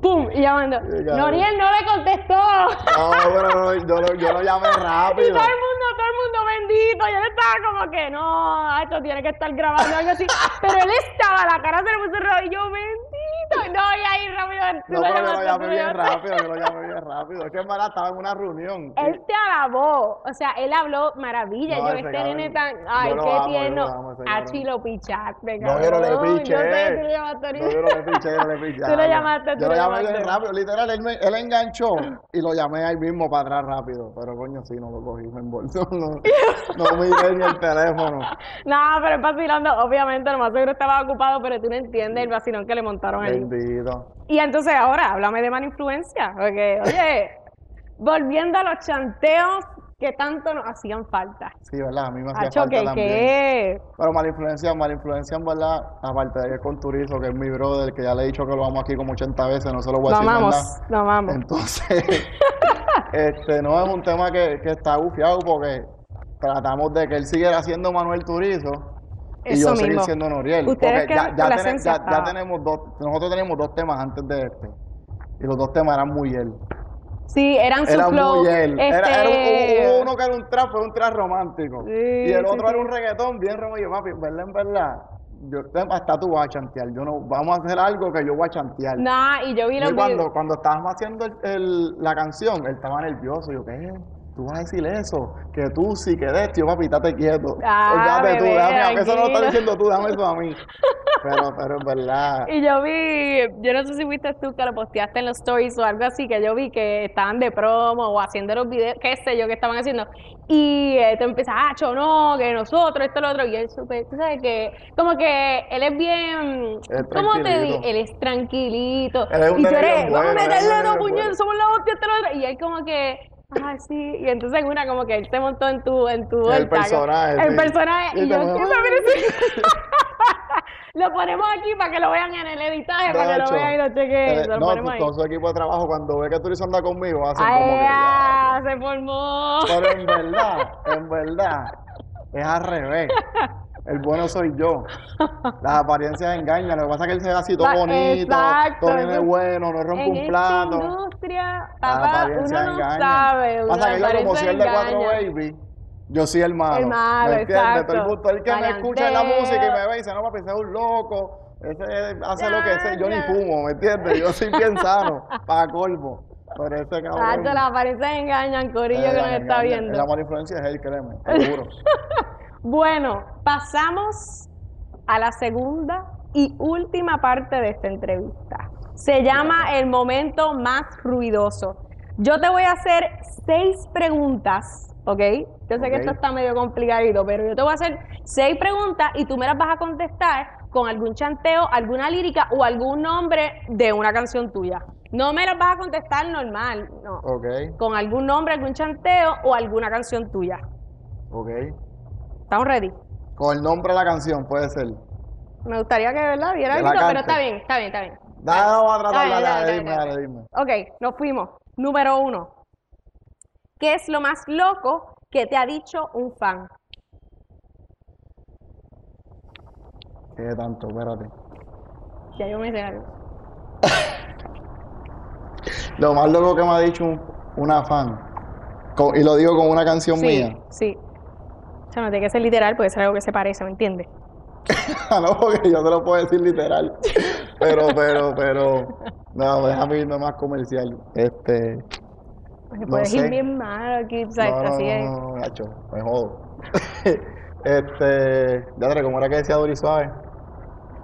Speaker 2: ¡Pum! Y llamando.
Speaker 3: cabrón.
Speaker 2: Noriel no le contestó.
Speaker 3: No, pero no, yo, lo- yo lo llamé
Speaker 2: Y
Speaker 3: rápido.
Speaker 2: todo el mundo, todo el mundo bendito. Y él estaba como que no, ah, esto tiene que estar grabando algo así. Pero él estaba, la cara se le puso roja. Y yo, bendito. No, y ahí rápido. tú
Speaker 3: No,
Speaker 2: lo
Speaker 3: pero yo lo
Speaker 2: llamaste, tú
Speaker 3: llamé
Speaker 2: lo
Speaker 3: bien
Speaker 2: llamaste.
Speaker 3: rápido, yo lo llamé bien rápido. Es que en verdad estaba en una reunión.
Speaker 2: Él te alabó. O sea, él habló maravilla.
Speaker 3: No,
Speaker 2: yo,
Speaker 3: ese
Speaker 2: este
Speaker 3: cabrón,
Speaker 2: nene tan.
Speaker 3: yo
Speaker 2: Ay,
Speaker 3: lo
Speaker 2: qué
Speaker 3: amo, yo lo amo,
Speaker 2: tierno.
Speaker 3: ese cabrón.
Speaker 2: Achi lo pichaste,
Speaker 3: No, yo no le
Speaker 2: cabrón.
Speaker 3: piché.
Speaker 2: Yo sé que tú lo llamaste
Speaker 3: eh. No, yo
Speaker 2: ahorita.
Speaker 3: no le piché, yo no le piché.
Speaker 2: Tú lo
Speaker 3: Ah, no.
Speaker 2: llamaste, tú
Speaker 3: Yo
Speaker 2: lo
Speaker 3: lo llamé bien
Speaker 2: llamaste.
Speaker 3: rápido, literal, él, me- él enganchó y lo llamé ahí mismo para atrás rápido. Pero coño, sí, no lo cogí, me envolvió. No, no miré ni el teléfono.
Speaker 2: No, pero es vacilando. Obviamente, lo más seguro estaba ocupado, pero tú no entiendes el vacilón que le montaron ahí.
Speaker 3: Bendito.
Speaker 2: Y entonces ahora, háblame de mala influencia, porque, oye, volviendo a los chanteos que tanto nos hacían falta.
Speaker 3: Sí, ¿verdad? A mí me hacía
Speaker 2: Hacho,
Speaker 3: falta
Speaker 2: que,
Speaker 3: también.
Speaker 2: que,
Speaker 3: Pero mala influencia, mala influencia, en verdad, aparte de que es con Turizo, que es mi brother, que ya le he dicho que lo amo aquí como 80 veces, no se lo voy
Speaker 2: lo
Speaker 3: a decir,
Speaker 2: amamos,
Speaker 3: ¿verdad?
Speaker 2: lo amamos.
Speaker 3: Entonces, este no es un tema que, que está gufiado porque tratamos de que él siguiera siendo Manuel Turizo y
Speaker 2: Eso
Speaker 3: yo seguir
Speaker 2: mismo.
Speaker 3: siendo Noriel.
Speaker 2: Ustedes
Speaker 3: Porque ya,
Speaker 2: quedan
Speaker 3: ya
Speaker 2: con la
Speaker 3: tene-
Speaker 2: esencia
Speaker 3: ya- ya
Speaker 2: estaba.
Speaker 3: tenemos dos, nosotros teníamos dos temas antes de este. Y los dos temas eran muy él.
Speaker 2: Sí, eran sus
Speaker 3: Era
Speaker 2: flow,
Speaker 3: muy él. Era, era un-
Speaker 2: este,
Speaker 3: hubo uno que era un trap, pero un trap romántico.
Speaker 2: Sí,
Speaker 3: y el
Speaker 2: sí,
Speaker 3: otro
Speaker 2: sí.
Speaker 3: era un reggaetón bien romántico. Papi, en verdad, en verdad. Yo, hasta tú vas a chantear. Yo no, vamos a hacer algo que yo voy a chantear.
Speaker 2: Nah, y yo vi los
Speaker 3: Y cuando,
Speaker 2: videos.
Speaker 3: cuando estábamos haciendo el- el- la canción, él estaba nervioso. Yo, ¿qué? ¿Tú vas a decir eso? Que tú sí, que de esto. Yo, papi, estate quieto.
Speaker 2: Ah,
Speaker 3: Olvídate tú,
Speaker 2: bebé,
Speaker 3: déjame, aunque eso no lo estás
Speaker 2: tranquilo.
Speaker 3: diciendo tú, dame eso a mí. Pero, pero en verdad,
Speaker 2: Y yo vi, yo no sé si fuiste tú que lo posteaste en los stories o algo así, que yo vi que estaban de promo o haciendo los videos, qué sé yo, que estaban haciendo. Y eh, tú empiezas, ah, cho, no, que nosotros, esto, lo otro. Y él súper, tú sabes que, como que él es bien,
Speaker 3: Es
Speaker 2: ¿cómo te
Speaker 3: tranquilito.
Speaker 2: digo? Él es tranquilito.
Speaker 3: Él es un
Speaker 2: y tú
Speaker 3: nene
Speaker 2: eres,
Speaker 3: bien
Speaker 2: vamos a
Speaker 3: bueno, él es un
Speaker 2: meterle
Speaker 3: nene
Speaker 2: dos
Speaker 3: bien bueno.
Speaker 2: puñetes, somos la hostia, esto, lo otro. Y él como que, ah, sí. Y entonces una como que él te montó en tu, en tu
Speaker 3: El
Speaker 2: vuelta, que-
Speaker 3: personaje,
Speaker 2: El
Speaker 3: sí.
Speaker 2: personaje.
Speaker 3: Y
Speaker 2: Y,
Speaker 3: te
Speaker 2: yo,
Speaker 3: muevo.
Speaker 2: ¿qué me lo ponemos aquí para que lo vean en el editaje, para que lo
Speaker 3: Nacho,
Speaker 2: vean y lo chequen.
Speaker 3: eh,
Speaker 2: se lo
Speaker 3: no,
Speaker 2: ponemos
Speaker 3: pues,
Speaker 2: ahí.
Speaker 3: todo su equipo de trabajo, cuando ve que Turizo anda conmigo, hacen como que. ya,
Speaker 2: ¡Ah! Se formó.
Speaker 3: Pero en verdad, en verdad, es al revés. El bueno soy yo. Las apariencias engañan. Lo que pasa es que él se ve así todo
Speaker 2: Va-
Speaker 3: bonito,
Speaker 2: exacto,
Speaker 3: todo bien
Speaker 2: eso-
Speaker 3: bueno, no rompe
Speaker 2: En
Speaker 3: un Ah,
Speaker 2: esta
Speaker 3: plato.
Speaker 2: industria,
Speaker 3: Las
Speaker 2: papá, uno
Speaker 3: apariencias
Speaker 2: no
Speaker 3: engañan.
Speaker 2: sabe. uno
Speaker 3: Pasa que yo como
Speaker 2: apariencia
Speaker 3: soy el de Cuatro
Speaker 2: engaña.
Speaker 3: Baby, yo soy el malo.
Speaker 2: El malo,
Speaker 3: ¿me entiendes? Todo el,
Speaker 2: exacto.
Speaker 3: mundo- todo el que me escucha en la
Speaker 2: Maleanteo.
Speaker 3: música y me ve y dice, no papi, ese es un loco, ese hace lo que sea, yo ni
Speaker 2: Ya, ya.
Speaker 3: fumo, ¿me entiendes? Yo soy bien sano, para colmo. Pero ese cabrón...
Speaker 2: Exacto, las apariencias engañan, Corillo, que
Speaker 3: eh,
Speaker 2: nos
Speaker 3: la-
Speaker 2: está
Speaker 3: la-
Speaker 2: viendo.
Speaker 3: La mala influencia es él, créeme, seguro.
Speaker 2: Bueno, pasamos a la segunda y última parte de esta entrevista. Se llama el momento más ruidoso. Yo te voy a hacer seis preguntas, ¿ok? Yo sé que
Speaker 3: Ok.
Speaker 2: esto está medio complicadito, pero yo te voy a hacer seis preguntas y tú me las vas a contestar con algún chanteo, alguna lírica o algún nombre de una canción tuya. No me las vas a contestar normal, no.
Speaker 3: ok,
Speaker 2: Con algún nombre, algún chanteo o alguna canción tuya.
Speaker 3: ok.
Speaker 2: ¿Estamos ready?
Speaker 3: Con el nombre de la canción, puede ser.
Speaker 2: Me gustaría que, ¿verdad? Viera
Speaker 3: Que
Speaker 2: el
Speaker 3: la
Speaker 2: grito, pero
Speaker 3: cante.
Speaker 2: está bien, está bien, está bien.
Speaker 3: Dale, vamos a tratar,
Speaker 2: Dale,
Speaker 3: dale,
Speaker 2: dale,
Speaker 3: dime,
Speaker 2: dale,
Speaker 3: dale, dime.
Speaker 2: Ok, nos fuimos. Número uno. ¿Qué es lo más loco que te ha dicho un fan?
Speaker 3: ¿Qué tanto? Espérate.
Speaker 2: Ya yo me sé algo.
Speaker 3: Lo más loco que me ha dicho un- una fan, co- y lo digo con una canción
Speaker 2: Sí,
Speaker 3: mía.
Speaker 2: sí. O sea, no tiene que ser literal porque es algo que se parece, ¿me entiendes?
Speaker 3: no, porque yo te lo puedo decir literal. Pero, pero, pero. No, déjame irme más comercial. Este.
Speaker 2: Porque
Speaker 3: No
Speaker 2: puedes ir
Speaker 3: sé.
Speaker 2: bien mal aquí, ¿sabes?
Speaker 3: no, no,
Speaker 2: Así
Speaker 3: no,
Speaker 2: es.
Speaker 3: no, no, gacho, me jodo. este. Ya como era que decía Dori Suave.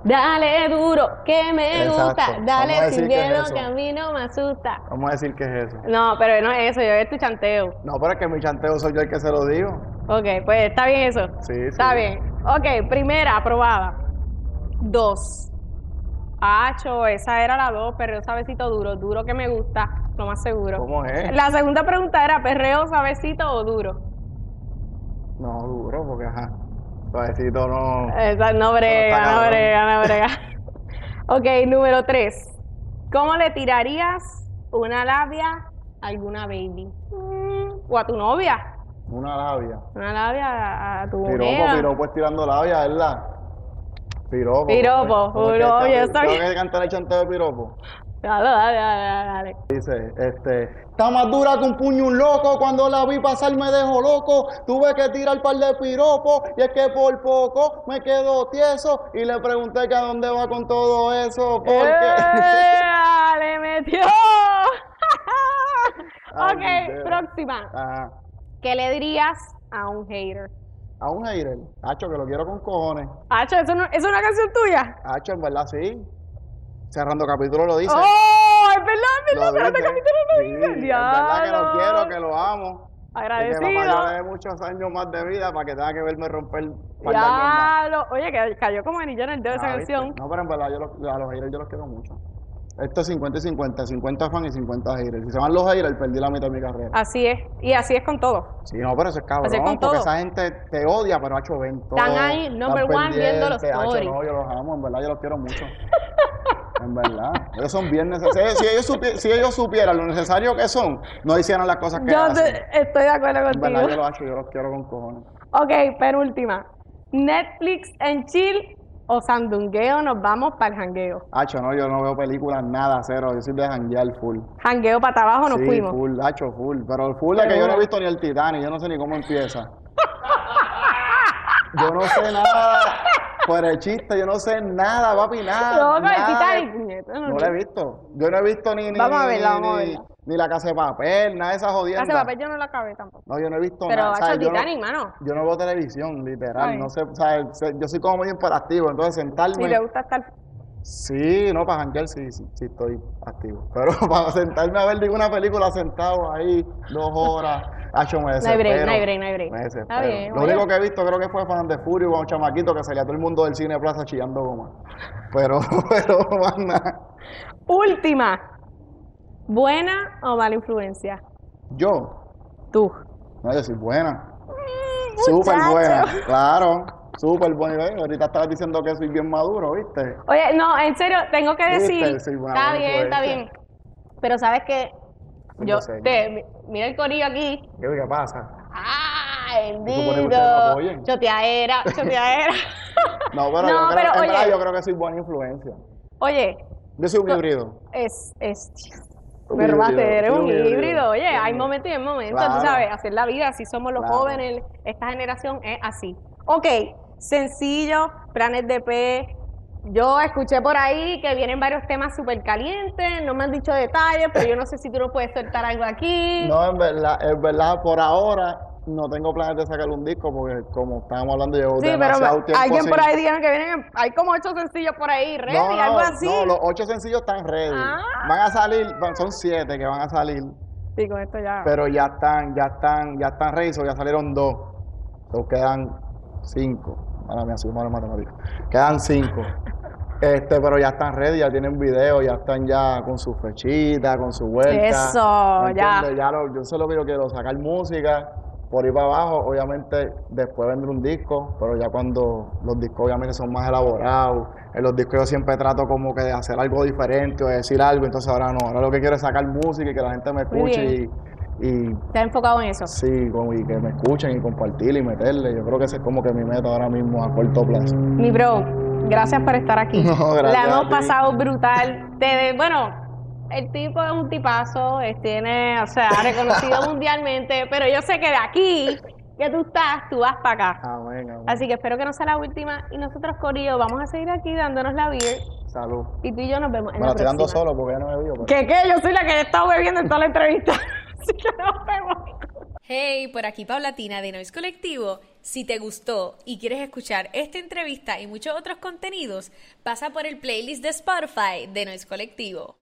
Speaker 2: Dale duro, que me
Speaker 3: Exacto.
Speaker 2: gusta.
Speaker 3: Vamos a
Speaker 2: Dale
Speaker 3: decir que es
Speaker 2: silbiero,
Speaker 3: eso.
Speaker 2: que a mí no me asusta.
Speaker 3: Vamos a decir que es eso.
Speaker 2: No, pero no es eso, yo es tu chanteo.
Speaker 3: No, pero es que mi chanteo soy yo el que se lo digo.
Speaker 2: Ok, pues está bien eso.
Speaker 3: Sí,
Speaker 2: Está
Speaker 3: sí.
Speaker 2: bien. Ok, primera, aprobada. Dos. Acho, esa era la dos, perreo sabecito duro, duro que me gusta, lo más seguro.
Speaker 3: ¿Cómo es?
Speaker 2: La segunda pregunta era, ¿perreo sabecito o duro?
Speaker 3: No, duro, porque ajá. Suavecito no.
Speaker 2: Esa no brega,
Speaker 3: está
Speaker 2: no
Speaker 3: cabrón.
Speaker 2: brega, no brega. ok, número tres. ¿Cómo le tirarías una labia a alguna baby? Mm, ¿O a tu novia?
Speaker 3: Una labia.
Speaker 2: Una labia a, a tu
Speaker 3: Piropo,
Speaker 2: mujer.
Speaker 3: piropo es tirando labia, ¿verdad? Piropo.
Speaker 2: Piropo,
Speaker 3: ¿cómo es que
Speaker 2: piropo,
Speaker 3: está?
Speaker 2: yo sabía.
Speaker 3: Tengo que cantar el chanteo de piropo.
Speaker 2: Dale, dale, dale, dale.
Speaker 3: Dice, este, está más dura que un puño un loco, cuando la vi pasar me dejó loco, tuve que tirar par de piropos, y es que por poco me quedo tieso, y le pregunté que a dónde va con todo eso, porque...
Speaker 2: ¡Eh! ¡Le metió!
Speaker 3: Ay,
Speaker 2: ok,
Speaker 3: mi dedo.
Speaker 2: próxima.
Speaker 3: Ajá.
Speaker 2: ¿Qué le dirías a un hater?
Speaker 3: A un hater, hacho, que lo quiero con cojones.
Speaker 2: Hacho, ¿eso no- ¿es una canción tuya?
Speaker 3: Hacho, en verdad, sí. Cerrando capítulo lo dice.
Speaker 2: ¡Oh! Es verdad, es verdad,
Speaker 3: Lo
Speaker 2: pero este
Speaker 3: dice.
Speaker 2: capítulo no
Speaker 3: Sí,
Speaker 2: dice.
Speaker 3: en verdad que lo quiero,
Speaker 2: Diablo.
Speaker 3: que lo amo. Y que eh, papá yo le
Speaker 2: Agradecido.
Speaker 3: dé muchos años más de vida para que tenga que verme romper un par de años más.
Speaker 2: Diablo. Oye, que cayó como anillo en el dedo esa
Speaker 3: Ah, ¿viste?
Speaker 2: canción.
Speaker 3: No, pero en verdad yo los- a los haters yo los quiero mucho. Esto es 50 y 50, 50 fans y 50 haters. Si se van los haters, perdí la mitad de mi carrera.
Speaker 2: Así es. Y así es con todo.
Speaker 3: Sí, no, pero eso es cabrón,
Speaker 2: Así es con
Speaker 3: porque
Speaker 2: todo.
Speaker 3: esa gente te odia, pero ha hecho evento.
Speaker 2: Están ahí, number one, viendo los stories.
Speaker 3: no, yo los amo, en verdad yo los quiero mucho. en verdad, ellos son bien necesarios. Si ellos, supi- si ellos supieran lo necesario que son, no hicieran las cosas Ah, que
Speaker 2: Yo
Speaker 3: hacen.
Speaker 2: te- estoy de acuerdo
Speaker 3: En verdad yo
Speaker 2: contigo.
Speaker 3: los hacho, yo los quiero con cojones.
Speaker 2: Ok, penúltima. Netflix en chill o sandungueo, nos vamos para el jangueo.
Speaker 3: Hacho, no, yo no veo películas, nada, cero. Yo soy de janguear full.
Speaker 2: Jangueo para abajo nos
Speaker 3: sí,
Speaker 2: fuimos.
Speaker 3: full, hacho, full. Pero full es que yo no he visto ni el Titanic, yo no sé ni cómo empieza. Yo no sé nada. Por el chiste, yo no sé nada, papi, nada.
Speaker 2: Loco, el
Speaker 3: nada de-
Speaker 2: Titanic, puñeta, no,
Speaker 3: No
Speaker 2: no.
Speaker 3: lo he visto. Yo no he visto ni, ni,
Speaker 2: Vamos a
Speaker 3: ni-
Speaker 2: verla,
Speaker 3: ni-
Speaker 2: vamos a
Speaker 3: ni-
Speaker 2: verla.
Speaker 3: ni la casa de papel, nada de esas jodiendas.
Speaker 2: Hace papel yo no la acabé tampoco.
Speaker 3: No, yo no he visto
Speaker 2: Pero
Speaker 3: nada.
Speaker 2: hacho
Speaker 3: ¿sabes?
Speaker 2: el
Speaker 3: Yo no-
Speaker 2: Titanic, mano.
Speaker 3: Yo no veo televisión, literal.
Speaker 2: Ay.
Speaker 3: No sé, o sea, se- yo soy como muy imperativo, entonces
Speaker 2: Y
Speaker 3: sentarme.
Speaker 2: le gusta estar.
Speaker 3: Sí, no, para janguear sí, sí, sí estoy activo. Pero para sentarme a ver ninguna película sentado ahí dos horas, hacho, me
Speaker 2: No hay break,
Speaker 3: desespero.
Speaker 2: no hay break, no hay break.
Speaker 3: Me
Speaker 2: Está
Speaker 3: desespero.
Speaker 2: bien,
Speaker 3: Lo
Speaker 2: oye.
Speaker 3: único que he visto creo que fue Fan de Furio con un chamaquito que salía todo el mundo del cine plaza chillando goma. Pero, pero, más nada.
Speaker 2: Última. ¿Buena o mala influencia?
Speaker 3: Yo,
Speaker 2: Tú.
Speaker 3: no, yo soy buena.
Speaker 2: Mm,
Speaker 3: Súper
Speaker 2: muchacho.
Speaker 3: buena, claro. Súper buena. Y ve, Ahorita estabas diciendo que soy bien maduro, ¿viste?
Speaker 2: Oye, no, en serio, tengo que
Speaker 3: Viste,
Speaker 2: decir.
Speaker 3: soy buena
Speaker 2: está
Speaker 3: buena
Speaker 2: bien, está bien.
Speaker 3: influencia.
Speaker 2: Pero sabes que
Speaker 3: Soy
Speaker 2: yo
Speaker 3: boceño.
Speaker 2: te mi- mira el corillo aquí.
Speaker 3: ¿Qué qué pasa?
Speaker 2: ¡Ah,
Speaker 3: supone que ustedes me
Speaker 2: bendito!
Speaker 3: apoyen.
Speaker 2: Choteadera, choteadera.
Speaker 3: No, pero,
Speaker 2: No,
Speaker 3: yo, creo,
Speaker 2: pero,
Speaker 3: en verdad
Speaker 2: oye.
Speaker 3: yo creo que soy buena influencia.
Speaker 2: Oye,
Speaker 3: Yo soy un híbrido.
Speaker 2: es, es,
Speaker 3: Un
Speaker 2: me robaste,
Speaker 3: híbrido,
Speaker 2: eres
Speaker 3: sí,
Speaker 2: un
Speaker 3: un híbrido,
Speaker 2: híbrido, oye,
Speaker 3: sí,
Speaker 2: hay
Speaker 3: un-
Speaker 2: momentos y hay momentos, tú
Speaker 3: Claro.
Speaker 2: sabes, hacer la vida, así somos los
Speaker 3: Claro.
Speaker 2: jóvenes, esta generación es así. Ok, sencillo, planes de P, yo escuché por ahí que vienen varios temas súper calientes, no me han dicho detalles, pero yo no sé si tú nos puedes soltar algo aquí.
Speaker 3: No, en verdad, en verdad, por ahora no tengo planes de sacar un disco porque como estábamos hablando llevo
Speaker 2: sí, pero
Speaker 3: demasiado tiempo
Speaker 2: alguien
Speaker 3: sin-
Speaker 2: por ahí dijeron que vienen, hay como ocho sencillos por ahí, ready,
Speaker 3: no, no,
Speaker 2: algo así.
Speaker 3: no, los ocho sencillos están ready.
Speaker 2: Ah.
Speaker 3: Van a salir, van- son siete que van a salir,
Speaker 2: Sí, con esto ya.
Speaker 3: pero ya están, ya están, ya están ready, so ya salieron dos. So quedan cinco. Ahora me asumo la matemática. Quedan cinco. Este, pero ya están ready, ya tienen video, ya están ya con su fechita, con su vuelta.
Speaker 2: Eso,
Speaker 3: ¿Me
Speaker 2: ya.
Speaker 3: entiendes? Ya lo- yo sé lo que yo quiero, sacar música por ir para abajo. Obviamente, después vendré un disco, pero ya cuando los discos obviamente son más elaborados, en los discos yo siempre trato como que de hacer algo diferente o de decir algo. Entonces, ahora no, ahora lo que quiero es sacar música y que la gente me
Speaker 2: Muy
Speaker 3: escuche y, y
Speaker 2: ¿Te has enfocado en eso?
Speaker 3: sí, como y que me escuchen y compartir y meterle. Yo creo que esa es como que mi meta ahora mismo a corto plazo.
Speaker 2: Mi bro, gracias por estar aquí.
Speaker 3: No, gracias
Speaker 2: La hemos
Speaker 3: a ti.
Speaker 2: pasado brutal. Te de- bueno, el tipo es un tipazo, es- tiene, o sea, reconocido mundialmente, pero yo sé que de aquí que tú estás, tú vas para acá.
Speaker 3: Amén, amén.
Speaker 2: Así que espero que no sea la última y nosotros, Corillo, vamos a seguir aquí dándonos la beer
Speaker 3: Salud.
Speaker 2: y tú y yo nos vemos en
Speaker 3: Me la
Speaker 2: la
Speaker 3: estoy dando
Speaker 2: próxima.
Speaker 3: solo porque ya no me veo. pero-
Speaker 2: ¿Qué, qué? Yo soy la que he estado bebiendo en toda la entrevista. Así que nos vemos.
Speaker 1: Hey, por aquí Paulatina de Noise Colectivo. Si te gustó y quieres escuchar esta entrevista y muchos otros contenidos, pasa por el playlist de Spotify de Noise Colectivo.